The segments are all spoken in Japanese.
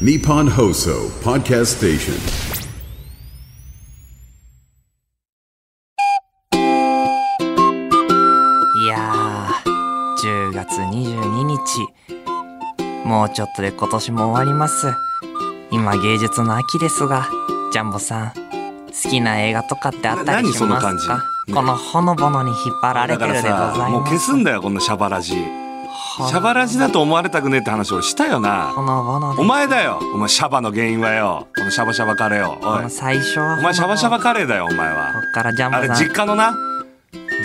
Nippon Hoso Podcast Station. いやー、10月22日。もうちょっとで今年も終わります。今芸術の秋ですが、ジャンボさん、好きな映画とかってあったりしまな何その感すじかねこのほのぼのに引っ張られだてかるでらございさもうま消す。すんだよこんなシャバラジシほャバラジだと思われたくねえって話俺したよほなのぼのでお前だよお前シャバの原因はよこのシャバシャバカレーをこおいの最初はほのぼのお前シャバシャバカレーだよお前こはっからジャンあれボさん実家のな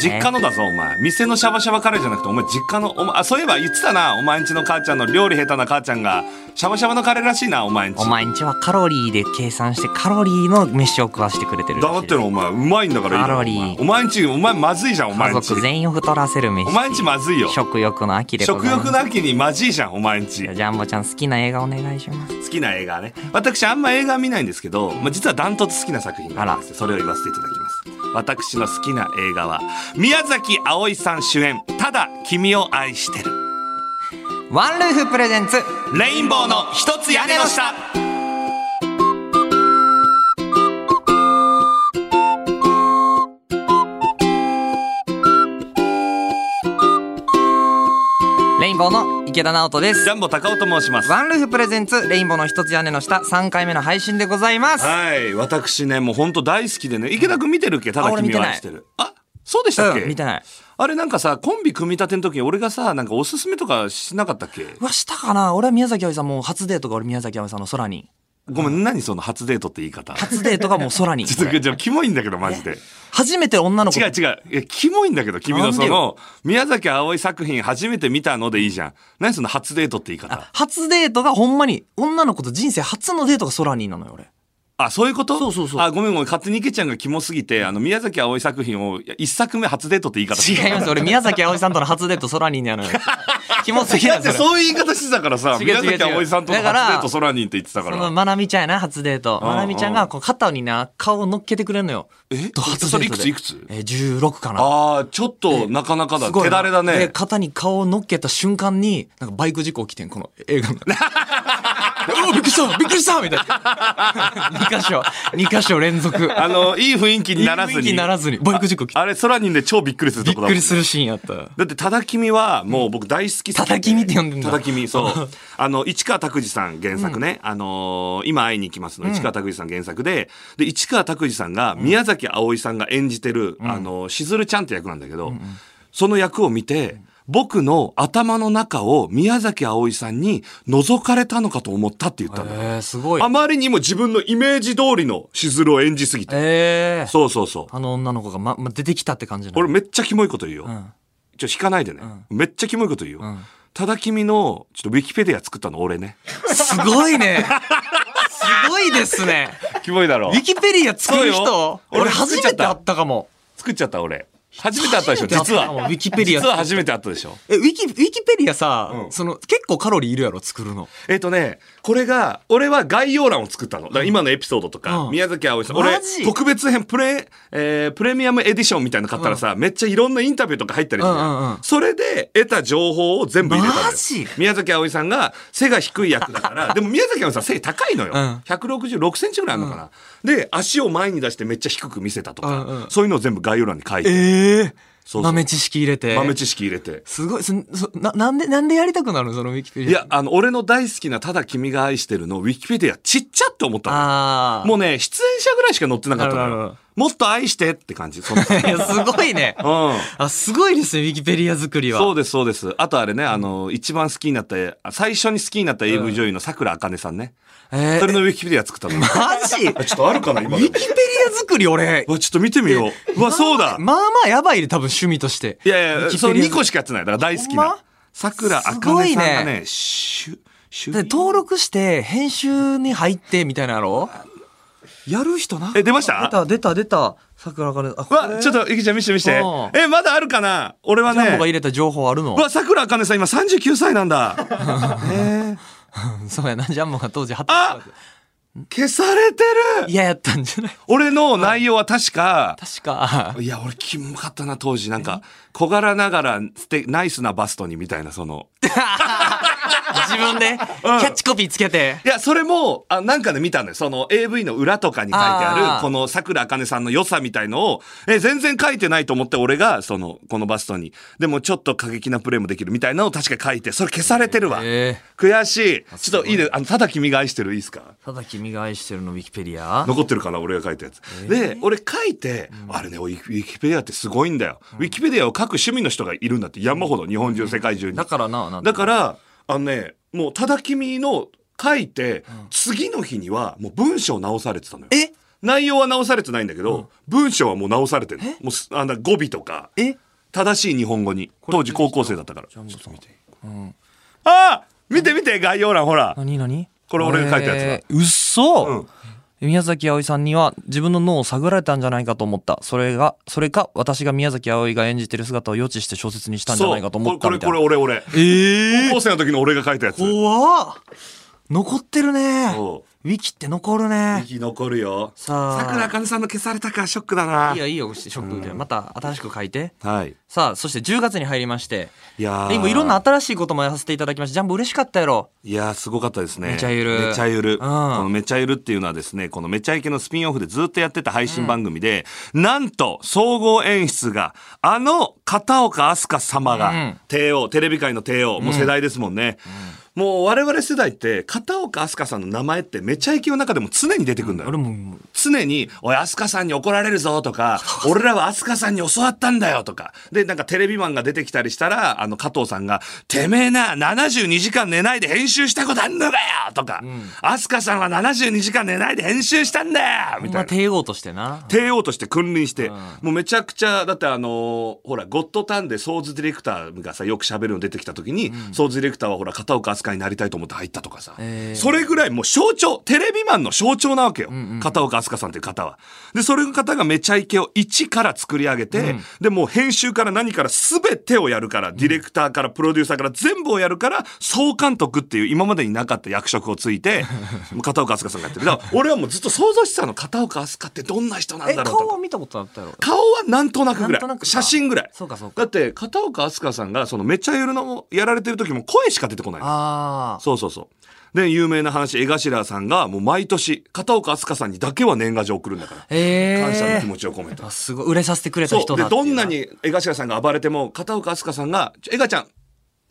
実家のだぞお前店のシャバシャバカレーじゃなくてお前実家のお前あそういえば言ってたなお前んちの母ちゃんの料理下手な母ちゃんがシャバシャバのカレーらしいなお前んちお前んちはカロリーで計算してカロリーの飯を食わしてくれてるら黙しっいてでするお前うまいんだからいいだカろロリーお前んちお前まずいじゃんお前家んち族全員を太らせる飯お前んちまずいよ食欲の秋でござい食ます欲の秋にまずいじゃんお前んちジャンボちゃん好きな映画お願いします好きな映画ね私あんま映画見ないんですけど、まあ、実はダントツ好きな作品があるんですよそれを言わせていただきます私の好きな映画は宮崎あおいさん主演「ただ君を愛してるワンルーフプレゼンツレインボーの一つ屋根の下」レインボーの池田直人でジすャンボ高尾と申しますワンルーフプレゼンツレインボーの一つ屋根の下三回目の配信でございますはい私ねもう本当大好きでね池田君見てるっけただ君を愛してるあそうでしたっけ、うん見てないあれなんかさコンビ組み立ての時に俺がさなんかおすすめとかしなかったっけうわしたかな俺は宮崎あおいさんもう初デートが俺宮崎あおいさんの空にごめん何その初デートって言い方初デートがもう 空にちょっとじゃあキモいんだけどマジで。初めて女の子違う違う。いや、キモいんだけど、君のそなんでの、宮崎葵作品初めて見たのでいいじゃん。何その初デートって言い方。初デートがほんまに女の子と人生初のデートが空になのよ俺あ、そういうことそうそうそうあ、ごめんごめん。勝手に池ちゃんがキモすぎて、あの、宮崎葵作品をいや一作目初デートって言い方。違います俺宮崎あおいさんとの初デート空にな のよキモすぎなだっんてそれそういう言い方してたからさ、違う違う違宮う崎葵さんとのだから初デート空にって言ってたかそら。のまなみちゃんやな初デートんうんまなみちゃんがこう肩にな顔を乗っけてくれんのよえと初デートでそれいくついくつえー、16かなああ、ちょっとなかなかだ。すごい手なだれだでね。肩に顔を乗っけた瞬間になんかバイク事故起きてんこの映 画のおーびっくりしたびっくりしたみたいな2箇所2箇所連続あの、いい雰囲気にならずいい雰囲気に。にならずにバイク事故起きてあれ、空にで超びっくりするびとっこだもくんりするシーンやっただって「ただ君」はもう僕大好きただ君って呼んでんだただ君そうあの市川拓司さん原作ね「あのー今会いに行きますの」市川拓司さん原作でで市川拓司さんが宮崎あおいさんが演じてる、あのーしずるちゃんって役なんだけど、その役を見て僕の頭の中を宮崎あおいさんに覗かれたのかと思ったって言ったのよ、えー、すごいあまりにも自分のイメージ通りのしずるを演じすぎて、えー、そうそうそうあの女の子が、まま、出てきたって感じなの俺めっちゃキモいこと言うよ、んちょ引かないでね、めっちゃキモいこと言うよ、んただ君のちょっとウィキペディア作ったの俺ねすごいねすごいですねキモいだろウィキペディア作るそうよ人俺俺初めて会ったかも。作っちゃった俺初めて会ったでしょ初めて会った実もはうウィキペディア実は初めて会ったでしょえ、ウィキ、ウィキペディアさ、んその、結構カロリーいるやろ、作るの。えっ、とねこれが俺は概要欄を作ったのだから今のエピソードとか、うん宮崎あおいさんマ俺ジ特別編プレ,、えープレミアムエディションみたいなの買ったらさ、めっちゃいろんなインタビューとか入ったりして、うんうんうんそれで得た情報を全部入れたのよマジ宮崎あおいさんが背が低い役だから でも宮崎あおいさん背高いのよ、うん166センチぐらいあるのかな、で足を前に出してめっちゃ低く見せたとか、うんうんそういうのを全部概要欄に書いてええそうそう豆知識入れて。豆知識入れて。すごい、そ、そ、な、なんで、なんでやりたくなるのそのウィキペディア。いや、、あの、俺の大好きな、ただ君が愛してるの、ウィキペディアちっちゃって思ったの。ああ。もうね、出演者ぐらいしか載ってなかったのなるほよど。もっと愛してって感じ。そ のいや、すごいね。 うん。あ、すごいですね、ウィキペディア作りは。そうです、そうです。あとあれね、あの、一番好きになった、あ最初に好きになった AV 女優の桜あかねさんね。えーそれのウィキペディア作ったの。マジウィあちょっとあるかな、今でキもペディア作り俺、うわちょっと見てみよう。うわ、そうだ。まあまあやばいで、多分趣味として。いやいウィや、キそペのディア2個しかやってない。だから大好きほんなま。桜あかねさんがね、しゅ、しゅで、登録して、編集に入って、みたいなやろやる人な。え出ました出た、出た、出た。桜から、あ、うわ、ちょっと、と、ゆきちゃん見して見してうん。え、まだあるかな俺はジャンボがね。入れた情報あるのうわ、桜あかねさん今39歳なんだ。えーそうやな、ジャンボが当時二十あ消されてる嫌やったんじゃない俺の内容は確か、確か。いや、俺、キモかったな、当時。なんか、小柄ながら、すてナイスなバストに、みたいな、その。自分で、キャッチコピーつけて。いや、それも、あなんかで見たのよ。その AV の裏とかに書いてあーある、この桜あかねさんの良さみたいのを、え、全然書いてないと思って俺が、その、このバストに。でもちょっと過激なプレーもできるみたいなのを確か書いて、それ消されてるわ。え悔しい。ちょっといいで、あの、ただ君が愛してるいいですかただ君が愛してるのウィキペディア残ってるかな俺が書いたやつ。で、俺書いて、あれね、ウィキウィキペディアってすごいんだよ。ウィキペディアを書く趣味の人がいるんだって、山ほど、日本中、世界中に。だからな、なんだから、あのね、もう、ただ君の書いて、次の日にはもう文章直されてたのよ。え内容は直されてないんだけど、文章はもう直されてる。もうす、あの語尾とか、え正しい日本語に。当時高校生だったから。ちょっジャンボとさん見て。ああ見て見て、概要欄、ほら。何何これ俺が書いたやつだえーうっそ、うん宮崎葵さんには自分の脳を探られたんじゃないかと思った。それが、それか私が宮崎葵が演じてる姿を予知して小説にしたんじゃそなういかと思ったこれ、みたこいれ、な。これ俺、俺。え高校生の時の俺が書いたやつ。怖っ残ってるねそウィキって残るね生き残るよ。さあさくらかねさんの消されたか、ショックだな。いいよいいよショック受けまた新しく書いてはい。さあそして10月に入りましていやーで今いろんな新しいこともやらせていただきましたジャンボ嬉しかったやろいやー、すごかったですね。めちゃゆるめちゃゆる。んこのめちゃゆるっていうのはですね、このめちゃイケのスピンオフでずっとやってた配信番組で、なんと、総合演出が、あの、片岡飛鳥様うがん、帝王、テレビ界の帝王、もう世代ですもんね。もう我々世代って、片岡飛鳥さんの名前ってめちゃイケの中でも常に出てくるんだよ。俺も常に、おい、アスカさんに怒られるぞとか、俺らはアスカさんに教わったんだよとか。で、なんかテレビマンが出てきたりしたら、あの、加藤さんが、てめえな、72時間寝ないで編集したことあんのかよとか、アスカさんは72時間寝ないで編集したんだよみたまあいな。帝王としてな帝王として君臨して、もうめちゃくちゃ、だってあのーほら、ゴッドタンでソーズディレクターがさ、よく喋るの出てきた時に、ソーズディレクターはほら、片岡飛鳥になりたいと思って入ったとかさ、えーそれぐらいもう象徴、テレビマンの象徴なわけよ。片岡飛鳥さんという方は。で、それの方がめちゃイケを一から作り上げて、で、もう編集から何から全てをやるから、ディレクターからプロデューサーから全部をやるから、総監督っていう今までになかった役職をつ いて、もう片岡飛鳥さんがやってる。だから俺はもうずっと想像してたの、片岡飛鳥ってどんな人なんえだろうと顔かは。見たことあったやろ顔はなんとなくぐらなんとないくか写真ぐらいそうかそうかだって片岡飛鳥さんがそのめちゃゆるのやられてる時も声しか出てこないのああそうそうそう。で、有名な話、江頭さんがもう毎年、片岡飛鳥さんにだけは年賀状送るんだから。ええ感謝の気持ちを込めて。あすごい売れさせてくれたそ人う。でだ、っていどうんなに江頭さんが暴れても、片岡飛鳥さんが、ちょ江頭ちゃん、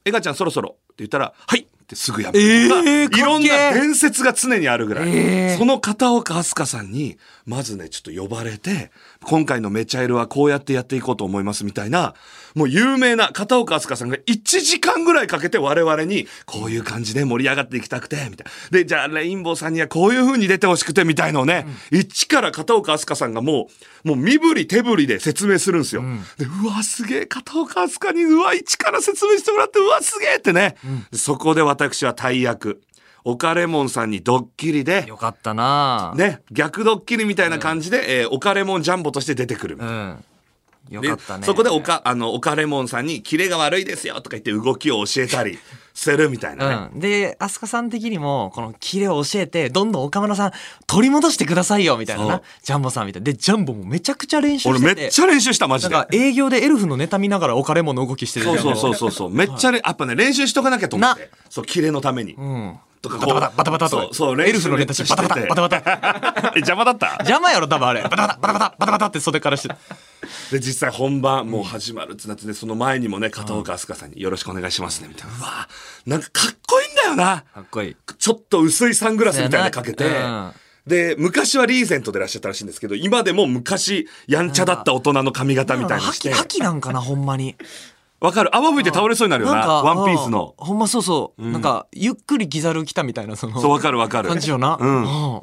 江頭ちゃんそろそろって言ったら、はいってすぐやめるとか。えーいろんかっなけー伝説が常にあるぐらい。えーその片岡飛鳥さんに、まずね、ちょっと呼ばれて、今回のめちゃイルはこうやってやっていこうと思いますみたいな、もう有名な片岡飛鳥さんが1時間ぐらいかけて我々に、こういう感じで盛り上がっていきたくて、みたいな。で、じゃあレインボーさんにはこういう風に出てほしくて、みたいのをね、一から片岡飛鳥さんがもう、もう身振り手振りで説明するんですよ。で、うわ、すげえ、片岡飛鳥に、うわ、一から説明してもらって、うわ、すげえってね。そこで私は大役。岡レモンさんにドッキリで、よかったなね、逆ドッキリみたいな感じで、えー、オカレモンジャンボとして出てくるみたういな。んよでかったねそこでおか、あの、オカレモンさんに、キレが悪いですよとか言って動きを教えたりするみたいなね。うん、で飛鳥さん的にもこのキレを教えてどんどん岡村さん取り戻してくださいよみたいなそうなジャンボさんみたいなでジャンボもめちゃくちゃ練習して俺てめっちゃ練習した、マジでなん。か営業でエルフのネタ見ながらお金もの動きしてるそうそうそううそうそう。めっちゃね、やっぱね、練習しとかなきゃと思ってな。そう、キレのために。うんとかバタバタバタバタそとう、そう、エルフのネタバタバタバタバタ。タ え邪魔だった邪魔やろ多分あれバタバタバタバタバタバタって袖からしてで、実際本番、もう始まるってなってね、その前にもね、片岡飛鳥さんに、よろしくお願いしますね、みたいな。うわなんかかっこいいんだよな。かっこいいちょっと薄いサングラスみたいなのかけてそうやな、で、昔はリーゼントでいらっしゃったらしいんですけど、今でも昔、やんちゃだった大人の髪型みたいに覇して気、覇気なんかなほんまにわかる泡吹いて倒れそうになるよなんな、かワンピースの。うんほんまそうそう、なんかゆっくりギザル来たみたいなそのそう、わかるわかる。感じよなうん。だうん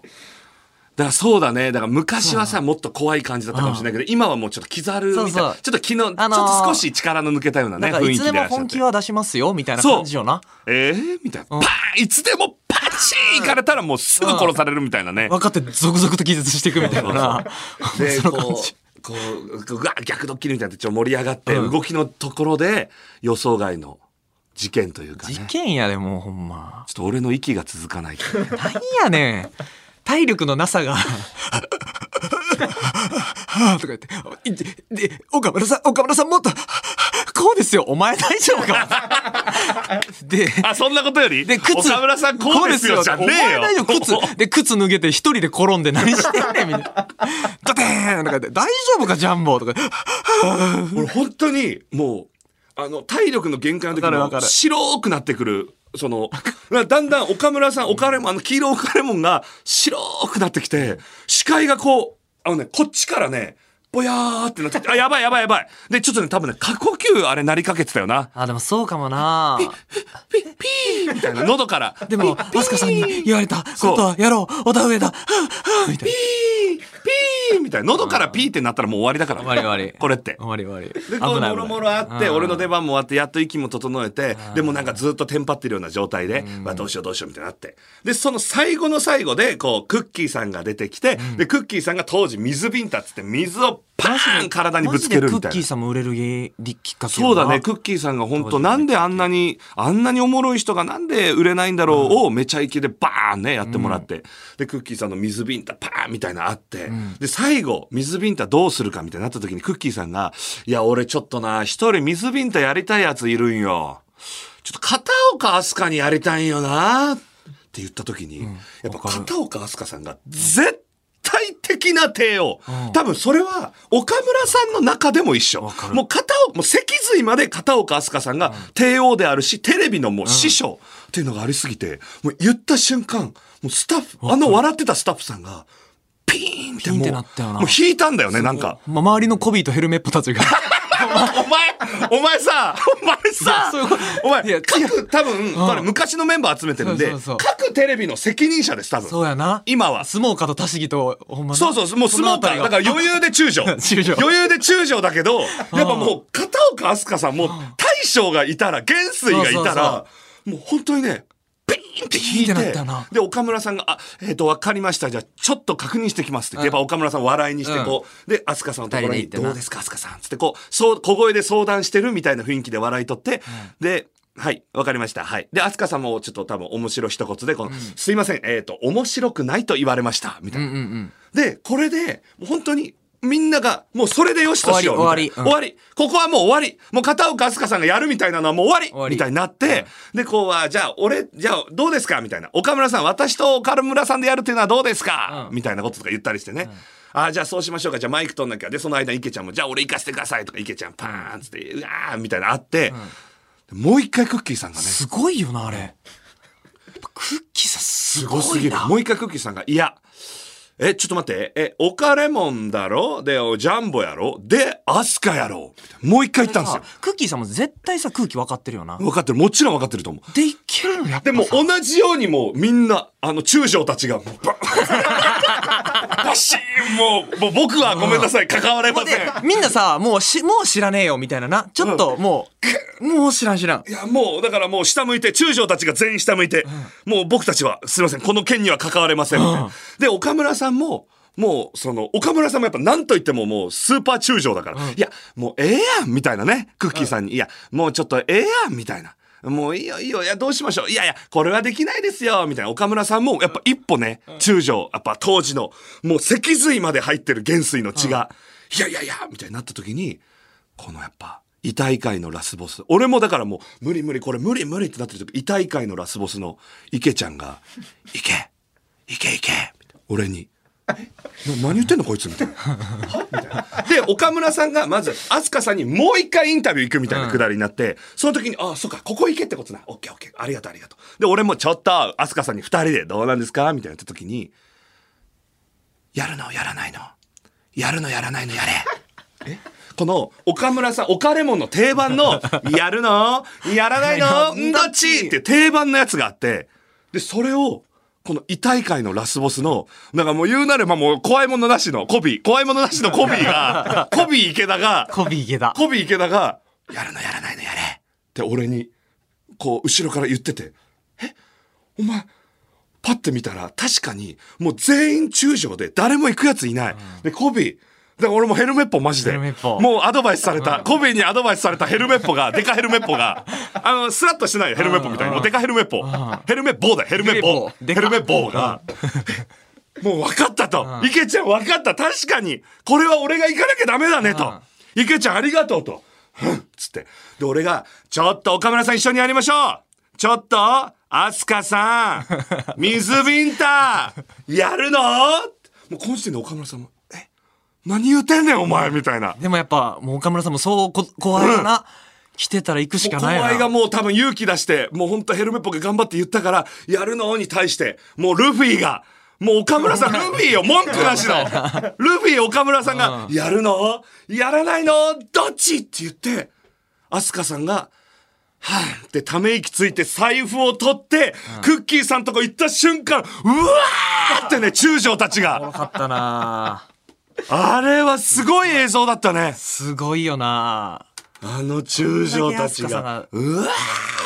からそうだね。だから昔はさ、もっと怖い感じだったかもしれないけど、今はもうちょっとキザルみたいな、ちそょうっそうと昨日、ちょっあのーと少し力の抜けたようなね、なんか雰い囲つ気ででいらもっしゃっ本て気。は出しますよみたいな感じよなえー、みたいな。パーンいつでもパチーンいかれたらもうすぐ殺されるみたいなね。分かって続々と気絶していくみたいなな で、その感こじう、こう、ぐわ逆ドッキリみたいなのでちょっと盛り上がって、動きのところで予想外の事件というかね。事ちょ件やでもうほんまっと俺の息が続かないからね何やねん体力のなさがはぁ とか言って、で、で岡村さん、岡村さんもっと、はぁこうですよ、お前大丈夫 かで、 あ、そんなことよりで、靴。岡村さんこうですよ、じゃねお前え大丈よ。夫、靴。で、靴脱げて一人で転んで何してんねん、みたいな。ドテーンとか言って、大丈夫か、ジャンボとか。俺本当に、もう、あの、体力の限界の時わかるわもかる白くなってくる。その、だんだん岡村さん、岡レモン、あの、黄色岡レモンが白くなってきて、視界がこう、あのね、こっちからね、ぼやーってなってきて、あ、やばいやばいやばい。で、ちょっとね、多分ね、過呼吸あれなりかけてたよな。あ、でもそうかもなピッピーみた いな、喉から。でも、アスカさんに言われたことはやろう、お田上だ、はぁはぁみたいピな。ーピーみたいな、喉からピーってなったらもう終わりだから。終わり終わり。これって。終わり終わり。で危こうないもろもろあってうん俺の出番も終わってやっと息も整えてでもなんかずっとテンパってるような状態で、まあ、どうしようどうしようみたいになってでその最後の最後でこうクッキーさんが出てきて、でクッキーさんが当時水瓶タっつって水をパーン体にぶつけるみマジでたクッキいーな。さんも売れる芸りきっかけそうだねクッッキーさんが本当なんであんなにあんなにおもろい人がなんで売れないんだろうをめちゃイケでバーンねやってもらって、でクッキーさんの水瓶タパーンみたいなのあって、で最後水瓶タどうするかみたいになった時にクッキーさんが「いや俺ちょっとな一人水瓶タやりたいやついるんよちょっと片岡飛鳥にやりたいんよな」って言った時に、やっぱ片岡飛鳥さんが絶対的な帝王、多分それは岡村さんの中でも一緒もう片岡もう脊髄まで片岡飛鳥さんが帝王であるしテレビのもう師匠っていうのがありすぎてもう言った瞬間もうスタッフあの笑ってたスタッフさんがピーンってピーンっもうてなったよなもう引いたんだよねなんか。ま周りのコビーとヘルメットたち が。お前、お前さ、お前さそういうこと、お前いや、各、多分、これ昔のメンバー集めてるんでそうそうそう、各テレビの責任者です、多分。そうやな。今は相撲家と田敷と、ほんまそうそうそう、もう相撲界、だから余裕で中将。中将余裕で中将だけど、やっぱもう、片岡飛鳥さんも、大将がいたら、元帥がいそうそたうそら、もう本当にね、ピーンって引いピーンってなってたよな、で、岡村さんが、あ、えっ、と、わかりました。じゃあ、ちょっと確認してきますって言って、やっぱ岡村さん笑いにして、こう、で、飛鳥さんのところ二人でに、行ってなどうですか、飛鳥さん。つって、こう、そう、小声で相談してるみたいな雰囲気で笑いとって、で、はい、わかりました。はい。で、飛鳥さんもちょっと多分面白い一言で、この、すいません、えっ、と、面白くないと言われました。みたいな。うんうんで、これで、もう本当に、みんなが、もうそれでよしとしよう。終わりみたいな終わり。ここはもう終わり。もう片岡飛鳥さんがやるみたいなのはもう終終わわりり。みたいになって、で、こうは、じゃあ、俺、じゃあ、どうですかみたいな。岡村さん、私と岡村さんでやるっていうのはどうですか、うんみたいなこととか言ったりしてね。あーじゃあそうしましょうか。じゃあマイク取んなきゃ。で、その間、池ちゃんも、じゃあ俺行かせてください。とか、池ちゃん、パーンつって、うわーみたいなのあって、もう一回クッキーさんがね、すごいよな、あれ。やっぱクッキーさんすすごごいすぎるな。。もう一回クッキーさんが、いや、え、ちょっと待って、え、オカレモンだろで、おジャンボやろで、アスカやろもう一回言ったんですよ。クッキーさんも絶対さ空気分かってるよな分かってる。もちろん分かってると思う。でいけるのやっぱでも同じようにもうみんな、あの、中将たちが、もうババシーンもう、もう僕はごめんなさい、関われません。 でみんなさ、もうし、もう知らねえよ、みたいなな。ちょっと、もう、もう知らん知らんい。や、もう、だからもう下向いて、中将たちが全員下向いて、もう僕たちは、すいません、この件には関われません、みたいなで、岡村さんも、もう、その、岡村さんもやっぱ何と言ってももうスーパー中将だから、いや、もうええやんみたいなね、クッキーさんに、いや、もうちょっとええやんみたいな。もういいよいいよ、いや、どうしましょう。いやいや、これはできないですよ、みたいな。岡村さんも、やっぱ一歩ね、中将、やっぱ当時の、もう脊髄まで入ってる元帥の血が、いやいやいや、みたいになった時に、このやっぱ、遺体界のラスボス。俺もだからもう、無理無理、これ無理無理ってなってる時、遺体界のラスボスの池ちゃんが、 行け行け行けみたいな俺に。な何言ってんのこいつみたいな。はみたいな で、岡村さんがまず、飛鳥さんにもう一回インタビュー行くみたいなくだりになって、その時に、ああ、そっか、ここ行けってことな。オッケーオッケー。ありがとうありがとう。で、俺もちょっと、飛鳥さんに二人でどうなんですかみたいな言った時に、やるのやらないの。やるのやらないのやれ。この岡村さん、岡レモンの定番 の、やるのやらないのんどっちって定番のやつがあって、で、それを、この異大会のラスボスの、なんかもう言うなればもう怖いものなしのコビー、怖いものなしのコビーが、コビー池田が、コビー池田。コビー池田が、やるのやらないのやれって俺に、こう、後ろから言ってて、えお前、パッて見たら、確かに、もう全員中将で、誰も行くやついない。で、コビー、だから俺もヘルメッポマジで。ヘルメッポもうアドバイスされた、コビーにアドバイスされたヘルメッポが、デカヘルメッポが、あの、スラッとしてないよ、ヘルメッポみたいに。もうデカヘルメッポ。ヘルメッポだよ、ヘルメッポ。ヘヘルルメメッッポポが、 もう分かったと。池ちゃん分かった。確かに、これは俺が行かなきゃダメだねと。池ちゃんありがとうと。ふんつって。で、俺が、ちょっと岡村さん一緒にやりましょうちょっとアスカさん 水ビンタやるのもうこの時点で岡村さんも、え何言うてんねんお前みたいな。でもやっぱ、もう岡村さんもそうこ、怖いよな。来てたら行くしか後ないよな。輩がもう多分勇気出して、もう本当ヘルメッポが頑張って言ったから、やるのに対して、もうルフィが、もう岡村さん、ルフィよ、文句な しの。ルフィ、岡村さんが、やるのやらないのどっちって言って、アスカさんが、はぁってため息ついて財布を取って、クッキーさんとこ行った瞬間、うわーってね、中将たちが。怖かったなあれはすごい映像だったね。すごいよなあの中将たちあんだが、うわ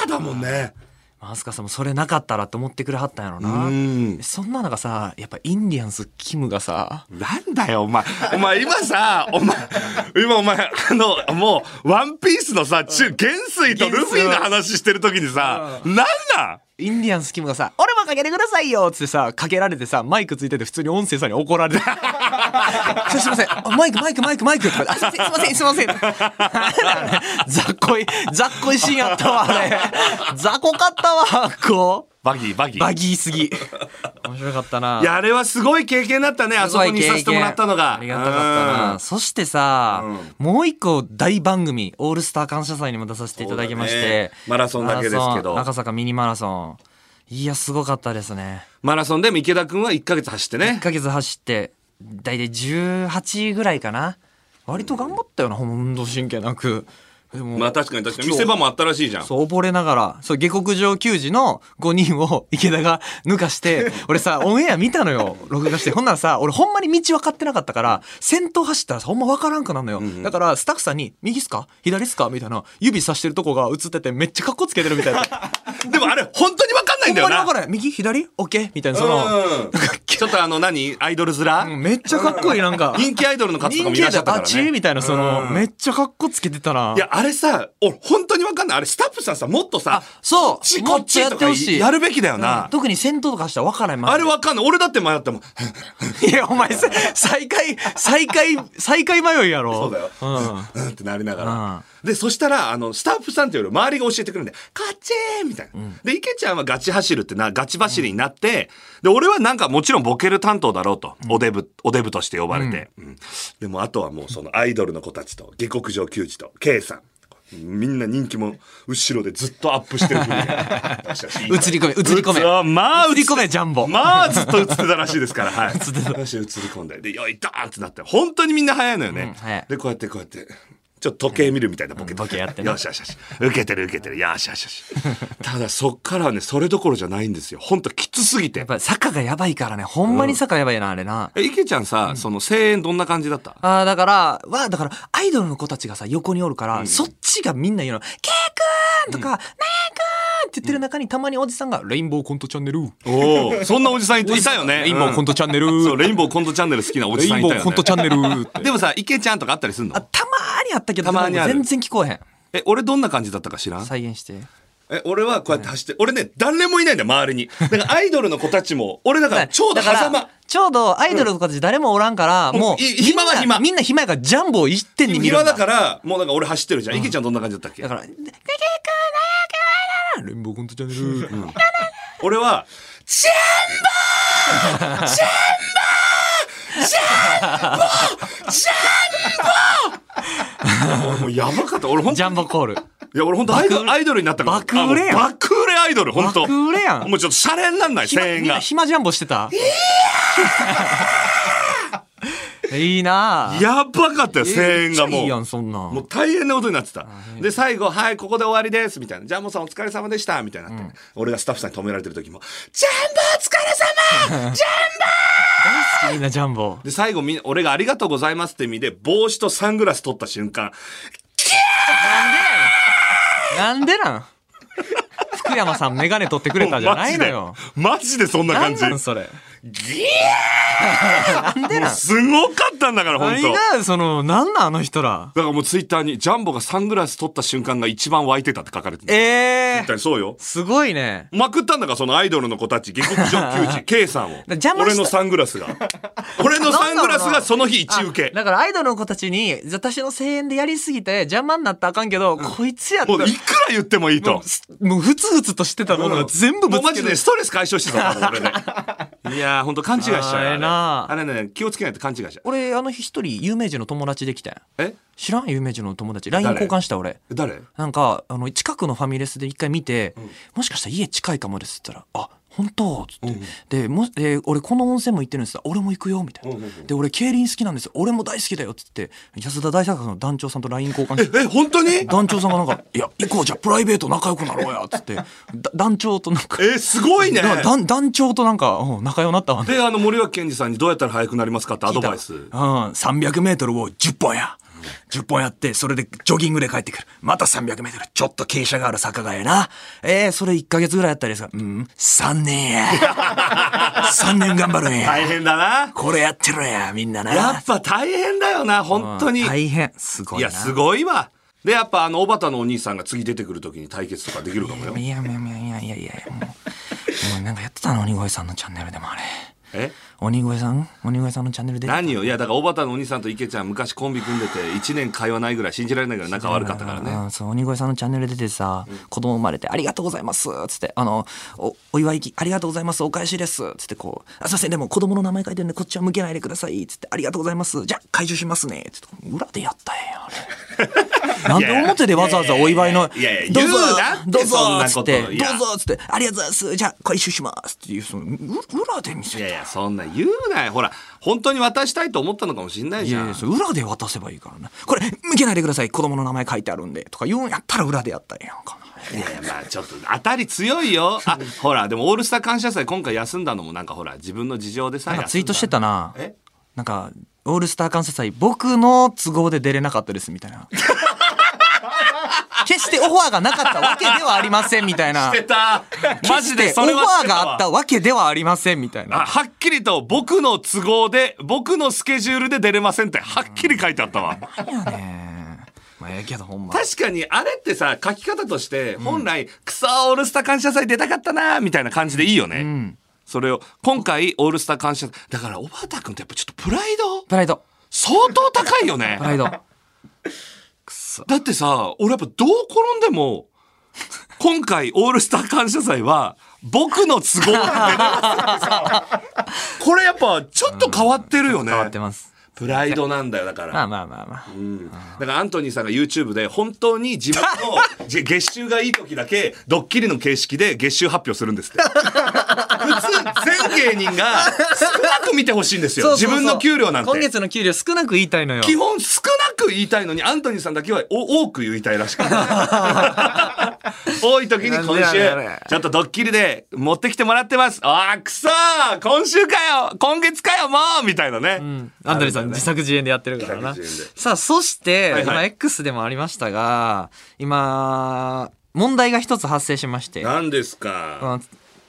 ーだもんね。マスカさんもそれなかったらって思ってくれはったんやろな。うんそんな中さ、やっぱインディアンスキムがさ、なんだよ、お前。お前、今さ、お前、今お前、あの、もう、ワンピースのさ、中、元帥とルフィの話してる時にさ、なんなんインディアンスキムがさ、俺もかけてくださいよっつってさ、かけられてさ、マイクついてて普通に音声さんに怒られ て。ちょすいません、あマイクマイクマイクマイクとか言ってあすいませんすいませんすいません。雑魚い、雑魚いシーンやったわ、あれ。雑魚かったわ、こう。バギー、バギー。バギーすぎ。面白かったないや、あれはすごい経験だったね、あすそごこい経に験させてもらったのが。ありがたかったな。そしてさ、もう一個大番組、オールスター感謝祭にも出させていただきましそうだてね。マラソンだけですけマラソどン赤坂ミニマラソン。いや、すごかったですね。うんマラソンでも池田くんは1ヶ月走って1ね。ヶ月走って、だいたい18ぐらいかな。割と頑張ったよな、ほんま運動神経なく。でもまあ確かに確かに。見せ場もあったらしいじゃん。そう、溺れながら、そう、下克上球児の5人を池田が抜か して、俺さ、オンエア見たのよ、録画して。ほんならさ、俺ほんまに道分かってなかったから、先頭走ったらさ、ほんま分からんくなるのよ。だから、スタッフさんに、右っすか左っすかみたいな、指さしてるとこが映ってて、めっちゃカッコつけてるみ たいな。でもあれ、本当にわかんないほんんだまよに分かな。らん。右左オッケーみたいな、その、うん。ちょっとあの、何アイドル面めっちゃかっこいい、なんか。人気アイドルの方とか人もい気らやっしゃでったかバらチーね。みたいな、その、うんめっちゃかっこつけてたな。いや、あれさ、俺、本当にわかんない。あれ、スタッフさんさ、もっとさ、そうこっち、もこっっとちやっとてかほしいやるべきだよう。なん特に先頭とか走ったら分からんまあれわかんない。俺だって迷ったもん。 いや、お前さ、最下位、最下位、最下位迷いやろ。そうだよ。ん。うんってなりながら。で、そしたら、あの、スタッフさんっていうより周りが教えてくれるんで、カッチーみたいな。で、池ちゃんはガチ走るってな、ガチ走りになって、で、俺はなんかもちろんボケる担当だろうと。おデブ、おデブとして呼ばれて。うんでも、あとはもうそのアイドルの子たちと、下克上球児と、K さん。みんな人気も後ろでずっとアップして る。映映り込め、映り込め。まあ、映り込め、ジャンボ。まあずっと映ってたらしいですか ら、はい。映ってた。映り込んで、で、よい、ドーンってなって、本当にみんな早いのよね。ん早いで、こうやって、こうやって、ちょっと時計見るみたいなボケ、うんボケやってねよしよしよし。受けてる受けてる。よしよしよし。ただそっからはね、それどころじゃないんですよ。本当きつすぎやてっ。ぱ、坂がやばいからね、ほんまに坂やばいな、あれな。え、池ちゃんさ、その声援どんな感じだったああ、だから、は、だから、アイドルの子たちがさ、横におるから、そっちがみんな言うの、ケイくんとか、なやくんって言ってる中に、たまにおじさんが、レインボーコントチャンネル。レおお、そんなおじさんいたよね。インボーコント。トチャンネル。 そう、レインボーコントチャンネル好きなおレじイさんンいボたーよコンねト。チャンネルって。でもさ、池ちゃんとかあったりすんのあたまーにあったけど、たまーにあるでも全然聞こえへん。え、俺どんな感じだったか知らん再現して。え、俺はこうやって走って、俺ね、誰もいないんだよ、周りに。 だからアイドルの子たちも、俺だからちょうどから狭間。ちょうどアイドルとかで誰もおらんから、んもう、い暇はみんな暇みんな暇やからジャンボを一点に見る庭んだ。だから、もうなんか俺走ってるじゃん。池、ちゃんどんな感じだったっけだから、でレインボーコントチャンネル。俺は、ジャンボージャンボージャンボージャンボー俺もうやばかった。俺ほんと、ジいャンボコール。や俺ほんとアイドルアイドルになったから。爆売れやんあもう爆売れアイドル、ほんと。爆売れやんもうちょっとシャレになんない、暇声援みんなが。暇ジャンボしてた。いいなぁ。やばかったよ、声め援がっちゃも。いういやん、そんなんもう大変なことになってた。で、最後、はい、ここで終わりです、みたいな。ジャンボさんお疲れ様でした、みたいになって。俺がスタッフさんに止められてる時も、ジャンボお疲れ様 大好きみんなジャンボ。で、最後みんな、俺がありがとうございますって意味で、帽子とサングラス取った瞬間、なんでなん福山さんメガネ取ってくれたじゃないのよ。マジで、マジでそんなな感んじ。なんそれ。ギなんでーなんすごかったんだから、本何当だがそのなんなんあの人らからもうツイッターに、ジャンボがサングラス取った瞬間が一番湧いてたって書かれてた。ええ絶対そうよ。すごいねまくったんだから、そのアイドルの子たち、下克上球児、K さんを。邪魔した俺のサングラスが。俺のサングラスがその日一受け。だからアイドルの子たちに私の声援でやりすぎて邪魔になったらあかんけど、こいつやったもらういくら言ってもいいと。すもうふつふつとしてたものが全部ぶもうつマけジてでストレス解消してたから俺ねいやーほんと勘違いしちゃうよあーええなあれね気をつけないと勘違いしちゃう俺あの日一人有名人の友達できたやんえ知らん有名人の友達 LINE 交換した俺誰なんかあの近くのファミレスで一回見て、もしかしたら家近いかもですって言ったら「あ本当」っつって、でもしで俺この温泉も行ってるんです俺も行くよ」みたいな「で俺競輪好きなんです俺も大好きだよ」っつって安田大作の団長さんと LINE 交換してえ本当にえ団長さんがなんか「いや行こうじゃあプライベート仲良くなろうや」っつってだ団長となんか、すごいねだ団団長となんか、うん仲良くなったわねであの森脇健児さんにどうやったら速くなりますかってアドバイスうん、300m を10本や。10本やって、それでジョギングで帰ってくる。また 300m。ちょっと傾斜がある坂がええな。えー、それ1ヶ月ぐらいやったらいいですかうん、3年や。3年頑張るんや。大変だなこれやってるんや、みんなな。やっぱ大変だよな本当に大変。すごいいな。やすごいわでやっぱあの小畑のお兄さんが次出てくる時に対決とかできるかもよいやいやいやいやいやいや、もう、もうなんかやってたの、鬼越さんのチャンネルでもあれ。え鬼越さん鬼越さんのチャンネルで。何よいやだから小畑のお兄さんと池ちゃん昔コンビ組んでて1年会話ないぐらい信じられないぐらい仲悪かったからねうんそう鬼越さんのチャンネル出てさ子供生まれて「ありがとうございます」つって「あのおお祝いきありがとうございますお返しです」つってこう「あすいませんでも子供の名前書いてるんでこっちは向けないでください」つって「ありがとうございますじゃあ解除しますね」つって裏でやったんやあれなん で表でわざわざお祝いの「いやいやどうぞ言うなってどうぞそん」なつこっとて「いどやうぞ」つって「ありがとうございますじゃあ回収します」っていうそのう裏で見せいてやいや、そんな言うなよ。ほら、本当に渡したいと思ったのかもしんないいじやゃいん。やそれ裏で渡せばいいからなこれ向けないでください子供の名前書いてあるんでとか言うんやったら裏でやったらええやんかいやいや、まあちょっと当たり強いよ。あ、ほら、でもオールスター感謝祭今回休んだのもなんかほら、自分の事情でさ、なんかツイートしてた。たなえなんかオールスター感謝祭僕の都合で出れなかったですみたい な決してオファーがなかったわけではありませんみたいなして た マジでそ決しれはしてオファーたがあわったわけではありませんみたいあなはっきりと僕の都合で僕のスケジュールで出れませんってはっきり書いてあったわまあええけどほんま確かにあれってさ書き方として本来「クソオールスター感謝祭出たかったな」みたいな感じでいいよね、それを今回オールスター感謝だから小畑君ってやっぱちょっとプライドプライド相当高いよね プ。ライドだってさ、俺やっぱどう転んでも、今回オールスター感謝祭は、僕の都合で出れ ますこれやっぱちょっと変わってるよね。変わってますプライドなんだよ、だかまら。あまあまあまあうんだからアントニーさんが YouTube で本当に自分のじ月収がいい時だけドッキリの形式で月収発表するんですって。普通全芸人が少なく見てほしいんですよ。そうそうそう自分の給料なんて。今月の給料少なく言いたいのよ基本少なく言いたいのにアントニーさんだけはお多く言いたいらし くて多い時に今なんでやねんあ週れちょっとドッキリで持ってきてもらってますあーくそー今週かよ今月かよもうみたいなね、アンドリーさん自作自演でやってるからな自作自演で。さあ、そして、はいはい今 X でもありましたが、今、問題が一つ発生しまして、何ですか、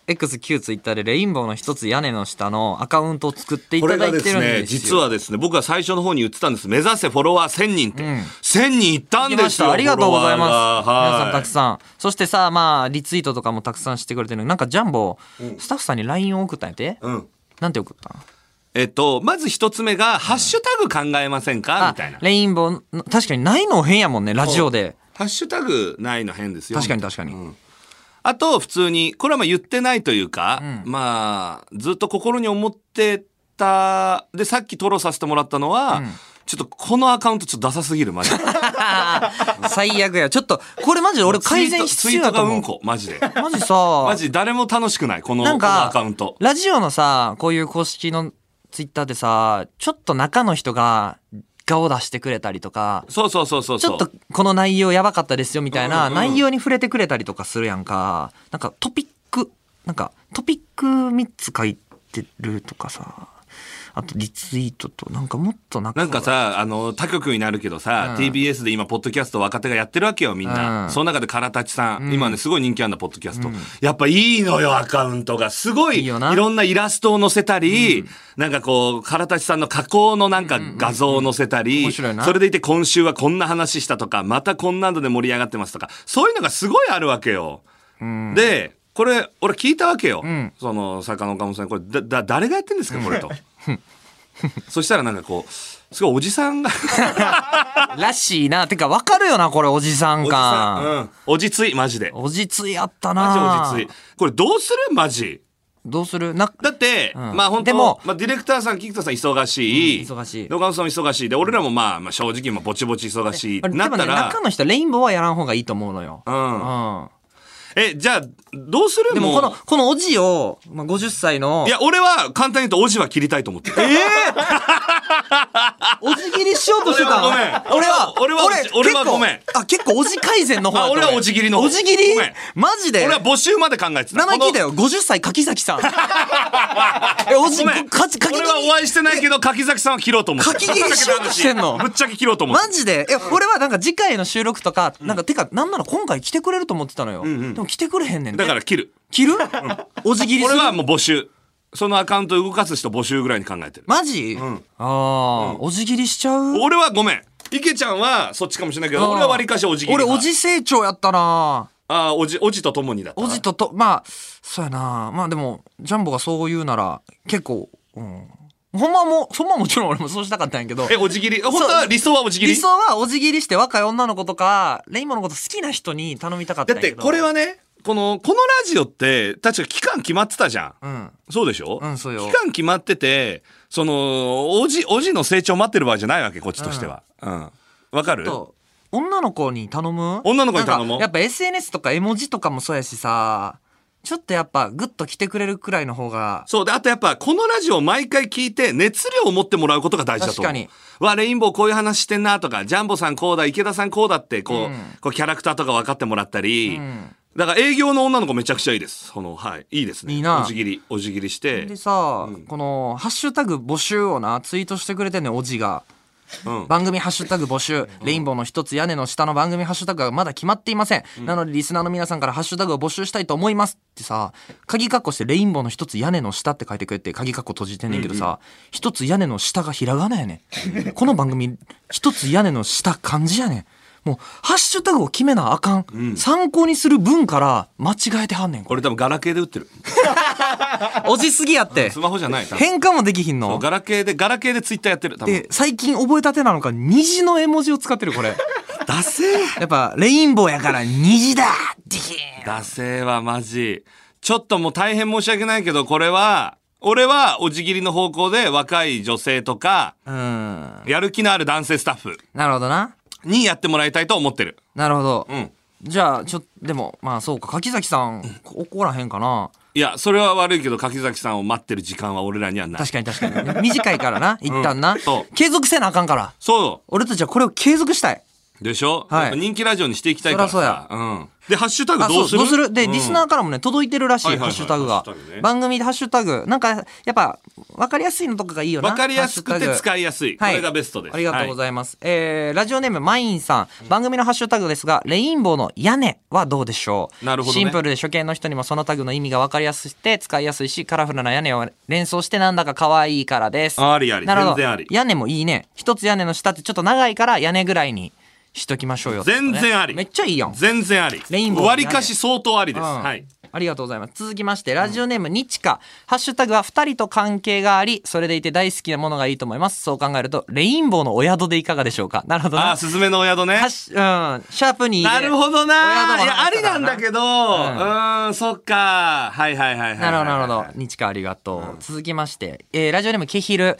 X 旧 Twitter でレインボーの一つ屋根の下のアカウントを作っていこたれだがいてるでんですよ。すね実はですね僕は最初の方に言ってたんです目指せフォロワー1000人って、1000人いったん来までしすよた。ありがとうございます。フォロワ皆ーがさはいんたくさん。そしてさ、まあ、リツイートとかもたくさんしてくれてるなんかジャンボ、スタッフさんに LINE を送ったんやて、うんなんて送ったんえっとまず一つ目が「ハッシュタグ考えませんか?」みたいなあレインボーの、確かにないの変やもんね、ラジオで。 「ハッシュタグないの変ですよ」確かに確かに。あと、普通に、これはまあ言ってないというか、まあ、ずっと心に思ってた、で、さっきトロさせてもらったのは、ちょっとこのアカウントちょっとダサすぎる、マジで。最悪や。ちょっと、これマジで俺改善ツ必イ要ーだトがとう思んう。こ、マジで。マジさ、マジ誰も楽しくない、このなんこのアかカウント。ラジオのさ、こういう公式のツイッターでさ、ちょっと中の人が顔出してくれたりとか、そうそうそうそうちそう。ょっとこの内容やばかったですよみたいなうんうんうん内容に触れてくれたりとかするやんか。なんかトピック、なんかトピック3つ書いてるとかさ、あとリツイートとなんかもっとなんかなんかさ、あの、他局になるけどさ、うん TBS で今、ポッドキャスト若手がやってるわけよ、みんな。うんその中で、からたちさん,、今ね、すごい人気あるんだ、ポッドキャスト。やっぱいいのよ、アカウントが。すごい、いいいよなろんなイラストを載せたり、なんかこう、からたちさんの加工のなんか画像を載せたり、面白いなそれでいて、今週はこんな話したとか、またこんなので盛り上がってますとか、そういうのがすごいあるわけよ。で、これ、俺聞いたわけよ。その、坂の岡本さん、これ、だ、だ、誰がやってんですか、こ れと。そしたらなんかこう、すごいおじさんが、らしいなてかわかるよなこれおじさんおじさん、感うん、おじつい、マジで。おじついあったなマジおじつい。これどうするマジ。どうするなだって、んまあ本当でもまあディレクターさん、菊田さん忙しい。うん忙しい野川さんも忙しい。で、俺らもまあ、まあ正直、まあぼちぼち忙しい。でもなねったら中、の人レインボーはやらん方がいいと思うのよ、うん。うん、え、じゃあ、どうするでももうこの、このおじを、まあ、50歳のい、や、俺は簡単に言うと、おじは切りたいと思ってる。えおじ切りしようとしてたの俺はごめん俺は、俺は俺結は構ごめんあ、結構おじ改善の方だったあ俺はおじ切りの方おじ切りごめんマジで俺は募集まで考えてた。名前聞いたよ。よ。50歳柿崎 さん。 え、おじ、ごめん。か柿俺はお切会いしてないけど、柿崎さんは切ろうと思ってる。柿切りしようとしてんの ぶっちゃけ切ろうと思ってるマジでえ、俺はなんか次回の収録とか、なんか、てか、なんなら今回来てくれると思ってたのよ。でも来てくれへんねん。だから切る。え、着るおじ切りす俺るはもう募集。そのアカウント動かす人募集ぐらいに考えてる。マジああ、おじ切りしちゃう俺はごめん。池ちゃんはそっちかもしれないけど、俺はわりかしおじぎり俺派。おじ成長やったなあーおじ、おじとともにだったな。おじととまあそうやなまあでもジャンボがそう言うなら結構うんほんまはもうそんまはもちろん俺もそうしたかったんやけどえ、おじぎり。本当は理想はおじぎり理想はおじぎりして若い女の子とかレイモのこと好きな人に頼みたかっただんっやけてどこれはね、この、このラジオって、確か期間決まってたじゃん。うんそうでしょうんそうよ期間決まってて、その、おじ、おじの成長待ってる場合じゃないわけ、こっちとしては。うん。わ、かると女の子に頼む女の子に頼むなんかやっぱ SNS とか絵文字とかもそうやしさちょっとやっぱグッと来てくれるくらいの方がそう。で、あとやっぱ、このラジオを毎回聞いて、熱量を持ってもらうことが大事だと思う。確かわ、レインボーこういう話してんなとか、ジャンボさんこうだ、池田さんこうだって、こう、うんこうキャラクターとか分かってもらったり。うんだから営業の女の子めちゃくちゃいいです。その、はい。いいですね。いいなおじぎり、おじぎりして。でさ、うんこの「ハッシュタグ募集」をなツイートしてくれてんねんおじが。うん。番組ハッシュタグ募集、レインボーの一つ屋根の下の番組ハッシュタグがまだ決まっていません。なのでリスナーの皆さんからハッシュタグを募集したいと思いますってさ、鍵括弧してレインボーの一つ屋根の下って書いてくれて鍵括弧閉じてんねんけどさ、一、つ屋根の下がひらがなやねん。この番組、一つ屋根の下漢字やねん。もう、ハッシュタグを決めなあかん。参考にする文から間違えては んねん。こ俺多分ガラケーで打ってる。れ、おじすぎやってス。マホじゃない。多分変換もできひんの。ガラケーで、ガラケーでツイッターやってる。多分。で、最近覚えたてなのか、虹の絵文字を使って る、これ。ダセー。やっぱ、レインボーやから虹だディヒーンダセーはマジ。ちょっともう大変申し訳ないけど、これは、俺はおじぎりの方向で若い女性とか、うん。やる気のある男性スタッフなるほどな。にやってもらいたいと思ってる。なるほど。うん。じゃあ、ちょっと、でも、まあそうか、柿崎さん、怒らへんかな。いや、それは悪いけど、柿崎さんを待ってる時間は俺らにはない。確かに確かに。短いからな、一旦な。そう継続せなあかんから。そ俺たちはこれを継続したい。う。でしょ、はいやっぱ人気ラジオにしていきたいからさ。そらうや。ん。で、ハッシュタグあどうすそるうどうするで、リスナー。ーからもね、届いてるらしい、はいはいはいハッシュタグがハッシュタグね。番組でハッシュタグ。なんか、やっぱ、わかりやすいのとかがいいよな。わかりやすくて使いやすい。こはいれがベストです。ありがとうごはざいます。えー、ラジオネームマインさん。番組のハッシュタグですが、レインボーの屋根はどうでしょうなるほどねシンプルで初見の人にもそのタグの意味が分かりやすくて使いやすいし、カラフルな屋根を連想してなんだか可愛いからです。ありありなるほど全然あり屋根もいいね。一つ屋根の下ってちょっと長いから屋根ぐらいにしときましょうよ、全然ありめっちゃいいやん。全然あり。レインボー割かし相当ありです。うんはい。ありがとうございます。続きまして、ラジオネーム、にちか。ハッシュタグは二人と関係があり、それでいて大好きなものがいいと思います。そう考えると、レインボーのお宿でいかがでしょうか。なるほどあなー、。すずめのお宿ね。ハッシュうん、シャープに。なるほど親な。玉いや、あ話りしたからなんだけど、うーん、そっか。はいはいはいはいはないるはほど、い。なるほど。日川ありがとう。続きまして、えーラジオネームケヒル。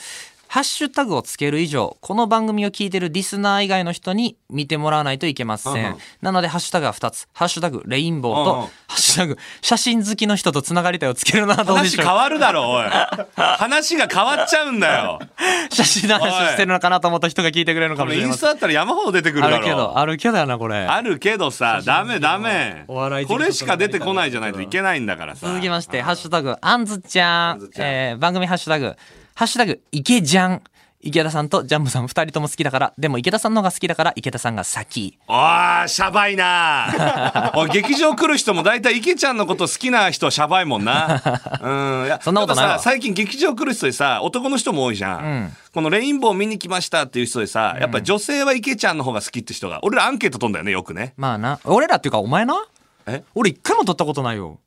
ハッシュタグをつける以上、この番組を聞いてるリスナー以外の人に見てもらわないといけませうんうんん。なので、ハッシュタグは2つ。ハッシュタグ、レインボーうんうんと、ハッシュタグ、写真好きの人とつながりたいをつけるな、どうで話しょ変う。わるだろ、おい。話が変わっちゃうんだよ。 写真の話をしてるのかなと思った人が聞いてくれるのかこもれしイれンまスせん。タだったら山ほど出てくるあだるけろ。ど、あるけどやな、これ。あるけどさ、ダメダメ。お笑い的こなれしか出てこないじゃないといけないんだからさ。続きまして、ハッシュタグ、あんずちゃん。えー番組ハッシュタグ、ハッシュタグ、池ジャン。池田さんとジャンボさん二人とも好きだから、でも池田さんの方が好きだから、池田さんが先。あー、シャバいな おい劇場来る人も大体、池ちゃんのこと好きな人はシャバいもんな。うん。いやそんなことないわたださ、最近劇場来る人でさ、男の人も多いじゃん。このレインボー見に来ましたっていう人でさ、やっぱ女性は池ちゃんの方が好きって人が、俺らアンケート取んだよね、よくね。まあな。俺らっていうか、お前なえ俺一回も取ったことないよ。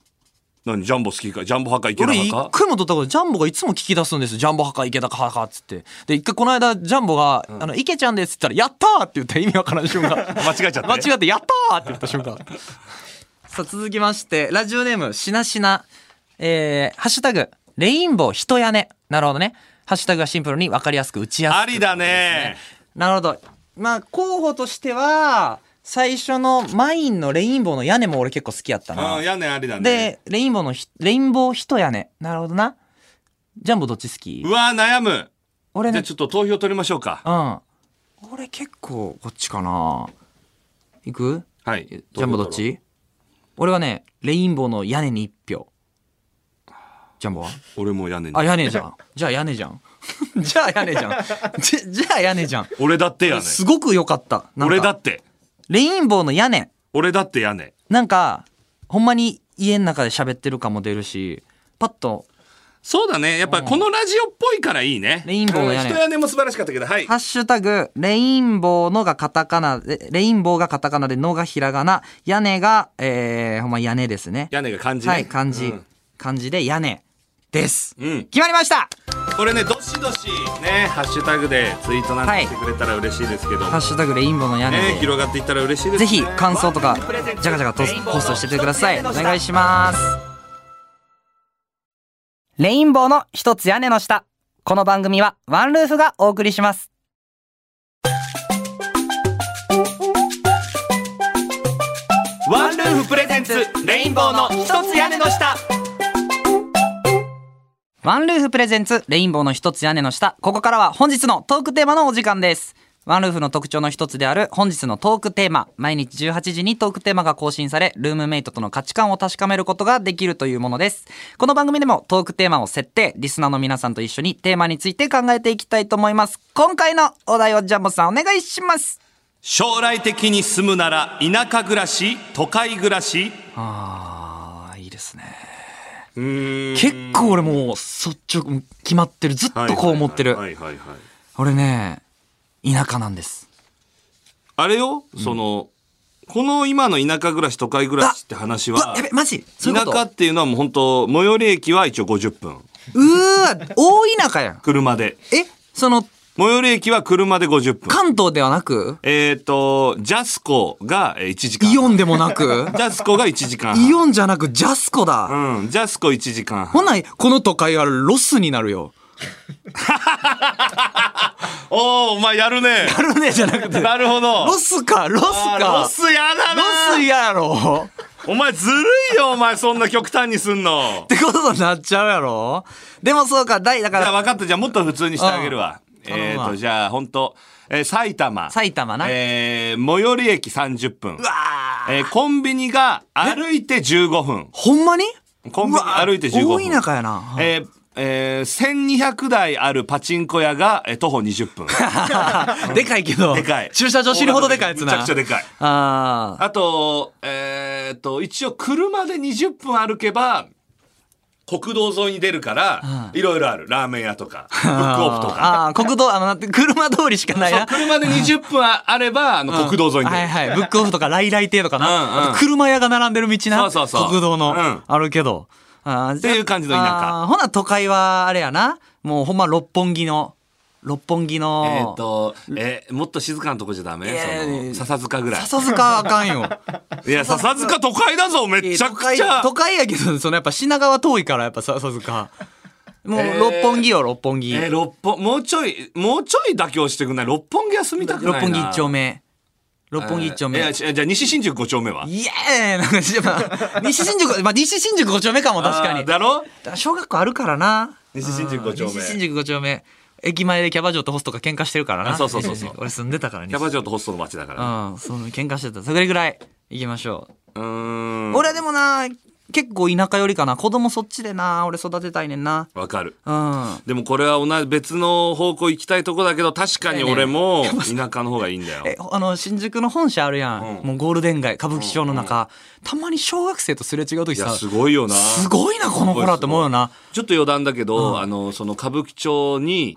何、ジャンボ好きか、ジャンボ派か池田俺一派か。回も取ったことないジャンボがいつも聞き出すんですよジャンボ派か池田か派かっつってで一回この間ジャンボが「あの池ちゃんです」って言ったら「やったー!」って言ったら意味わからん 瞬間間違えちゃったね間違って「やったー!」って言った瞬間さあ続きましてラジオネームしなしなえー、ハッシュタグ、レインボー人屋根。なるほどね。ハッシュタグはシンプルに分かりやすく打ちやすく。ありだね。なるほどまあ候補としては最初のマインのレインボーの屋根も俺結構好きやったな。うん、屋根ありだね。で、レインボーのひ、レインボー一屋根。なるほどな。ジャンボどっち好きうわー、悩む。俺じゃねあ、ちょっと投票取りましょうか。うん。俺結構こっちかな。いくはい。ジジャンボどっち俺はね、レインボーの屋根に一票。ジャンボは俺も屋根 にあ、。屋根じゃん。 じゃあ屋根じゃん。じゃあ屋根 じゃん。じじゃあ屋根じゃん。俺だって屋根。すごく良かったなんか俺だって。レインボーの屋根。俺だって屋根。なんか、ほんまに家の中で喋ってる感も出るし、パッと、そうだね。やっぱこのラジオっぽいからいいね。レインボーの屋根うん人屋根も素晴らしかったけど、はい。ハッシュタグ、レインボーのがカタカナで、レインボーがカタカナで、のがひらがな、屋根が、えー、ほんま屋根ですね。屋根が漢字ね。はい、漢字、うん漢字で屋根です。うん決まりましたこれね、どしどしね、ハッシュタグでツイートなんかしてくれたら嬉しいですけど、ハッシュタグ、レインボーの屋根ね、で。広がっていったら嬉しいです。ぜひ、感想とか、じゃがじゃがとポストしててください。お願いします。レインボーの一つ屋根の下。この番組は、ワンルーフがお送りします。ワンルーフプレゼンツ、レインボーの一つ屋根の下。ワンルーフプレゼンツレインボーの一つ屋根の下。ここからは本日のトークテーマのお時間です。ワンルーフの特徴の一つである本日のトークテーマ。毎日18時にトークテーマが更新され、ルームメイトとの価値観を確かめることができるというものです。この番組でもトークテーマを設定、リスナーの皆さんと一緒にテーマについて考えていきたいと思います。今回のお題をジャンボさんお願いします。将来的に住むなら、田舎暮らし、都会暮らし、あーいいですね結構俺もう率直決まってるずっとこう思ってる、はいはいはいはいはい。俺ね田舎なんですあれよ、その、この今の田舎暮らし、都会暮らしって話うわはや、べマジそういう田こと舎っていうのはもう本当最寄り駅は一応50分うーわ大田舎やん車でえその最寄り駅は車で50分関東ではなくえっ、とジャスコがえー1時間イオンンでもな くジャスコが1時間半イオンじゃなくジャスコだ、うんジャスコ1時間ほ半なこの都会はロスになる よおおお前やるねあるねじゃなくてなるほどロスかロスあかーロスやだなロス嫌やろお前ずるいよお前そんな極端にすんのってことになっちゃうやろでもそうか大だかじゃあら分かったじゃあもっと普通にしてあげるわんえ頼っ、むとわじゃあ本当えー埼玉埼玉な。えー最寄り駅30分えーコンビニが歩いて15分ほんまにコンビニ歩いて15分うわ大田舎やなえーえー1200台あるパチンコ屋が、えー徒歩20分。 でかいけどでかい。駐車場死ぬほどでかいやつなめちゃくちゃでかい。ああと、えーっと、一応車で20分歩けば、国道沿いに出るから、いろいろある。ラーメン屋 とか、ブックオフとか。ああー国道あのなんて車通りしかないそうな車で20分ああれば、あの、国道沿いに出はいる。はい。ブックオフとか、ライライ亭とかうんうんな。あと車屋が並んでる道な。そうそうそう国道の、うんあるけど。あっっていう感じの田舎ほな、都会は、あれやな。もうほんま、六本木の、六本木の、えーっと、えーもっと静かなとこじゃダメ、やその、笹塚ぐらい。笹塚はあかんよ。いや、笹塚都会だ ぞ、めっちゃ都く会、ちゃ。都会やけど、そのやっぱ品川遠いから、やっぱ笹塚。もう、えー六本木よ、六本木。えー、六本、もうちょい、もうちょい妥協してくんない六本木は住みたく六ないな。本木一丁目。六本木一丁目。えーいやちじゃあ西新宿五丁目はいやーなんかしまあ西新宿、まあ、西新宿5丁目かも確かあにー。だろ小学校あるからな。西新宿5丁目西新宿5丁目。駅前でキャバ嬢とホストが喧嘩してるからあな。そうそうそうそう 俺住んでたからキャバ嬢とホストの街だから。うん、その喧嘩してた。それぐらい行きましょう。うーん。俺はでもな、結構田舎寄りかな子供そっちでな俺育てたいねんなわかる。うんでもこれは同じ別の方向行きたいとこだけど確かに俺も田舎の方がいいんだよ。えあの新宿の本社あるやん、うんもうゴールデン街歌舞伎町の中、たまに小学生とすれ違う時いやさすごいよな。すごいなこの子らって思うよなちょっと余談だけど、あのその歌舞伎町に、ん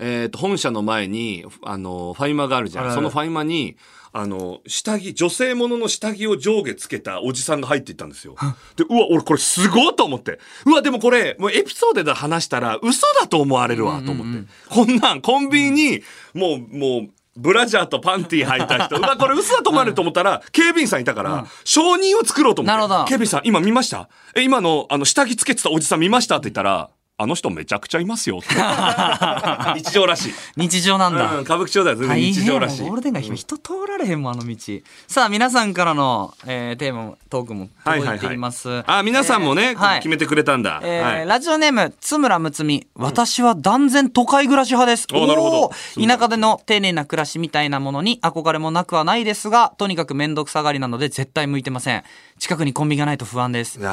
えーと本社の前にあのファイマがあるじゃん。あるあるそのファイマにあの下着女性ものの下着を上下つけたおじさんが入っていったんですよ。でうわ俺これすごいと思ってうわでもこれもうエピソードで話したら嘘だと思われるわと思って、こんなんコンビニにもうもうブラジャーとパンティー履いた人、うわ、これ嘘だと思われると思ったら、警備員さんいたから、証人を作ろうと思って。なるほど警備員さん、今見ましたえ、今の、あの、下着つけてたおじさん見ましたって言ったら、あの人めちゃくちゃいます よって。日常らしい。日常なんうん、だ、歌舞伎町では全然大変日常らしい。もうゴールデン街うん人通られへんもんあの道、さあ皆さんからの、えーテーマもトークも届いています、あ、皆さんもえね、ーはい決めてくれたんだ。えーはい。ラジオネーム津村睦美私は断然都会暮らし派です、おなるほどおー田舎での丁寧な暮らしみたいなものに憧れもなくはないですがとにかく面倒くさがりなので絶対向いてません近くにコンビニがないと不安ですいや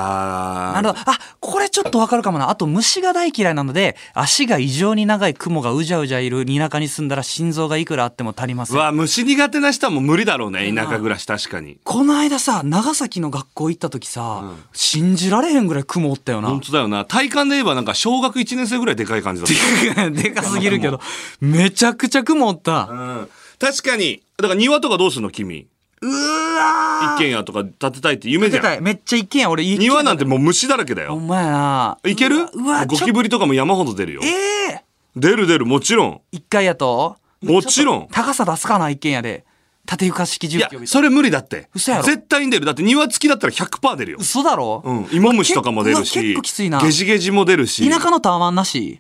なるほどあこれちょっとわかるかもなあと虫が大嫌いなので足が異常に長い雲がうじゃうじゃいる田舎に住んだら心臓がいくらあっても足りませうんわ、虫苦手な人はもう無理だろうね。田舎暮らし確かに。この間さ長崎の学校行った時さ、信じられへんぐらい雲おったよな本当だよな。体感で言えばなんか小学1年生ぐらいでかい感じだった。 でかすぎるけどめちゃくちゃ雲おった、うん確かに。だから庭とかどうすんの君。うわ一軒家とか建てたいって夢じ出ゃたん。いめっちゃ一軒家俺家庭なんてもう虫だらけだほよ。んまやないけるうわゴちょっキブリとかも山ほど出るよ。ええ出る出る、もちろん。一階やともちろんょっと高さ出すかな一軒家で縦床式い住や居、みたいそれ無理だって。嘘やろ絶対に出る。だって庭付きだったら100%出るよ。嘘だろ、うん。芋虫とかも出るし。うわ結構きついなゲジゲジも出るし。田舎のタワマンな し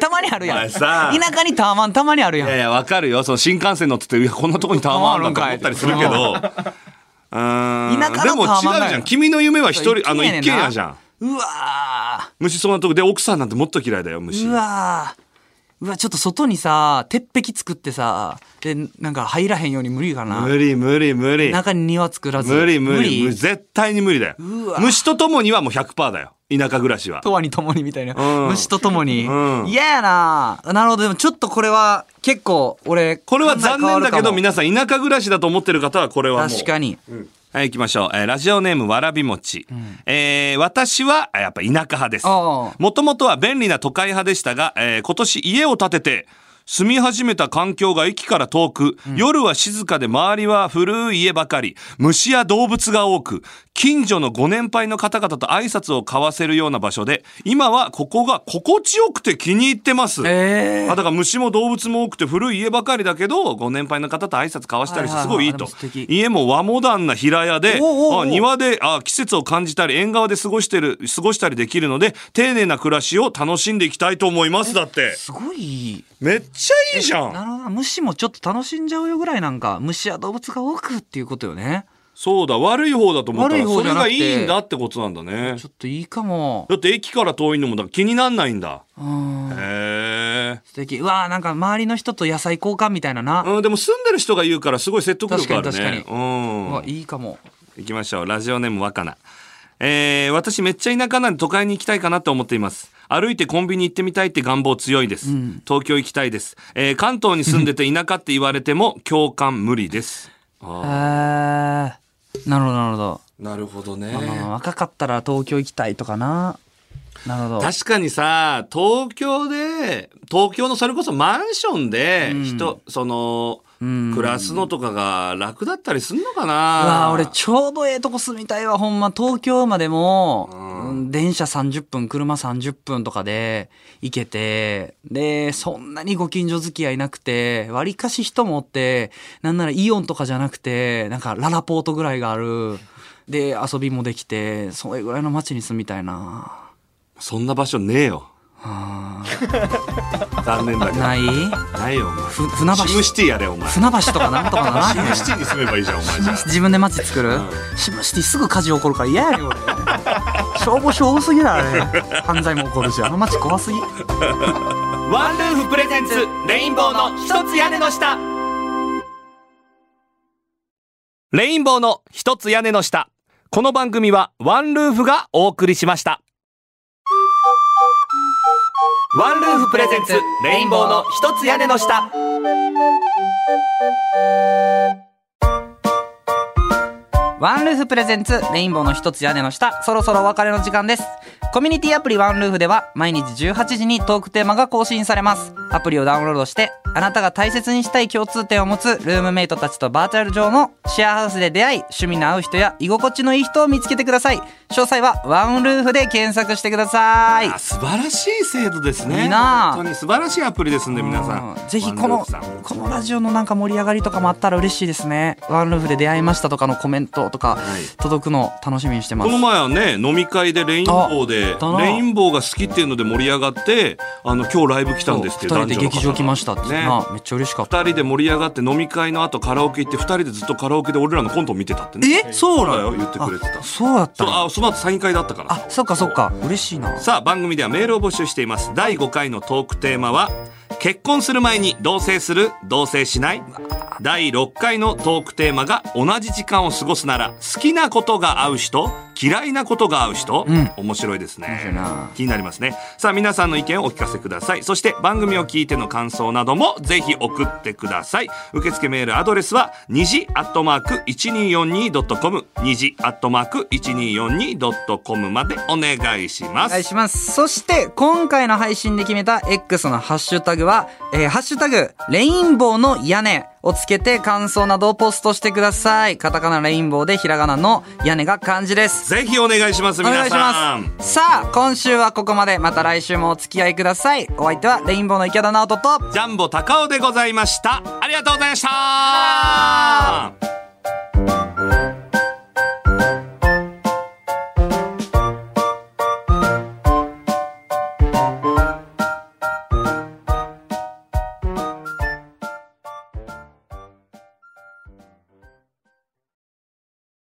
たまにあるやおん前田さ舎にタワマンたまにあるやんいやいや、わかるよ。その新幹線乗ってて、いや、こんなとこにタワマンあるんだと思ったりするけど。うーん。田舎でのも違タワマンだようじゃん。君の夢は一人、あの一ねん軒な家じゃん。うわ虫そんなとこ。で、奥さんなんてもっと嫌いだよ、虫。ーうわーうわちょっと外にさ鉄壁作ってさでなんか入らへんように無理かな無理無理無理。中に庭作らず無理無理無理絶対に無理だよ。虫と共にはもう100%だよ。田舎暮らしは。とわにともにみたいな、うん虫とともに嫌、うんやななるほどでもちょっとこれは結構俺これは残念だけど皆さん田舎暮らしだと思ってる方はこれはもう。確かにはい、行きましょう。えーラジオネーム、わらびもち。えー私は、あやっぱ田舎派です。ああもともとは便利な都会派でしたが、えー今年家を建てて、住み始めた環境が駅から遠く、夜は静かで周りは古い家ばかり、虫や動物が多く、近所のご年配の方々と挨拶を交わせるような場所で、今はここが心地よくて気に入ってます。ええあだから虫も動物も多くて古い家ばかりだけどご年配の方と挨拶交わしたりしてはいはいすごはいいいいとあでも素敵家も和モダンな平屋でおうおうおうあ庭であ季節を感じたり縁側で過ごしてる過ごしたりできるので丁寧な暮らしを楽しんでいきたいと思いますだってすごいめっちゃいいじゃんなるほどな虫もちょっと楽しんじゃうよぐらいなんか虫や動物が多くっていうことよねそうだ悪い方だと思った悪いらそ方じれゃなくがていいんだってことなんだねちょっといいかもだって駅から遠いのもだから気になんないんだうんへえ素敵うわーなんか周りの人と野菜交換みたいなな、うん、でも住んでる人が言うからすごい説得力あるね確かに確かにうんうわいいかも行きましょう。ラジオネーム若菜。えー、私めっちゃ田舎なんで都会に行きたいかなと思っています。歩いてコンビニ行ってみたいって願望強いです。東京行きたいです。えー、関東に住んでて田舎って言われても 共感無理です。えーなるほどなるほどなるほどまあまあね。若かったら東京行きたいとかななるほど確かにさ、東京で、東京のそれこそマンションで人、その、暮らすのとかが楽だったりすんのかうわなー俺ちょうどええとこ住みたいわほんま東京までも、うん電車30分車30分とかで行けてでそんなにご近所付き合いなくてわりかし人もおってなんならイオンとかじゃなくてなんかララポートぐらいがあるで遊びもできてそれぐらいの街に住みたいなそんな場所ねえよ。 残念だけど。ないないよ、お前。ふ船橋シムシティやれ、お前。船橋とかなんとかならシへんムシティに住めばいいじゃん、お前じゃあ。自分で街作る、シムシティすぐ火事起こるから嫌やねん俺消防署多すぎだあれ犯罪も起こるしあの街怖すぎワンルーフプレゼンツ、レインボーの一つ屋根の下。レインボーの一つ屋根の下。この番組はワンルーフがお送りしましたワンルーフプレゼンツレインボーの一つ屋根の下ワンルーフプレゼンツレインボーの一つ屋根の下そろそろお別れの時間ですコミュニティアプリワンルーフでは毎日18時にトークテーマが更新されますアプリをダウンロードしてあなたが大切にしたい共通点を持つルームメイトたちとバーチャル上のシェアハウスで出会い趣味の合う人や居心地のいい人を見つけてください詳細はワンルーフで検索してくださいあ素晴らしい制度ですねいいなあ本当に素晴らしいアプリですんで皆さうんんぜひこワンルーのフさんこのラジオのなんか盛り上がりとかもあったら嬉しいですねワンルーフで出会いましたとかのコメントとか届くの楽しみにしてますこの前はね飲み会でレインボーあだなでレインボーが好きっていうので盛り上がってあの今日ライブ来たんですっていうそう二男人で女の方劇場来ましたって、ねなめっちゃ嬉しかった2人で盛り上がって飲み会の後カラオケ行って2人でずっとカラオケで俺らのコントを見てたってねえそうなだのよ言ってくれてたそうだったそうのあその後サイン会だったからあそっかそっか嬉しいなさあ番組ではメールを募集しています第5回のトークテーマは結婚する前に同棲する同棲しない第6回のトークテーマが同じ時間を過ごすなら好きなことが合う人嫌いなことが合う人、面白いですね気になりますねさあ皆さんの意見をお聞かせくださいそして番組を聞いての感想などもぜひ送ってください受付メールアドレスは2時アットマーク 1242.com 2時アットマーク 1242.com までお願いしまおす願いしますそして今回の配信で決めた X のハッシュタグは「えーハッシュタグレインボーの屋根」をつけて感想などをポストしてくださいカタカナレインボーでひらがなの屋根が漢字ですぜひお願いしますお願皆いしさんますさあ今週はここまでまた来週もお付き合いくださいお相手はレインボーの池田直人とジャンボ高尾でございましたありがとうございました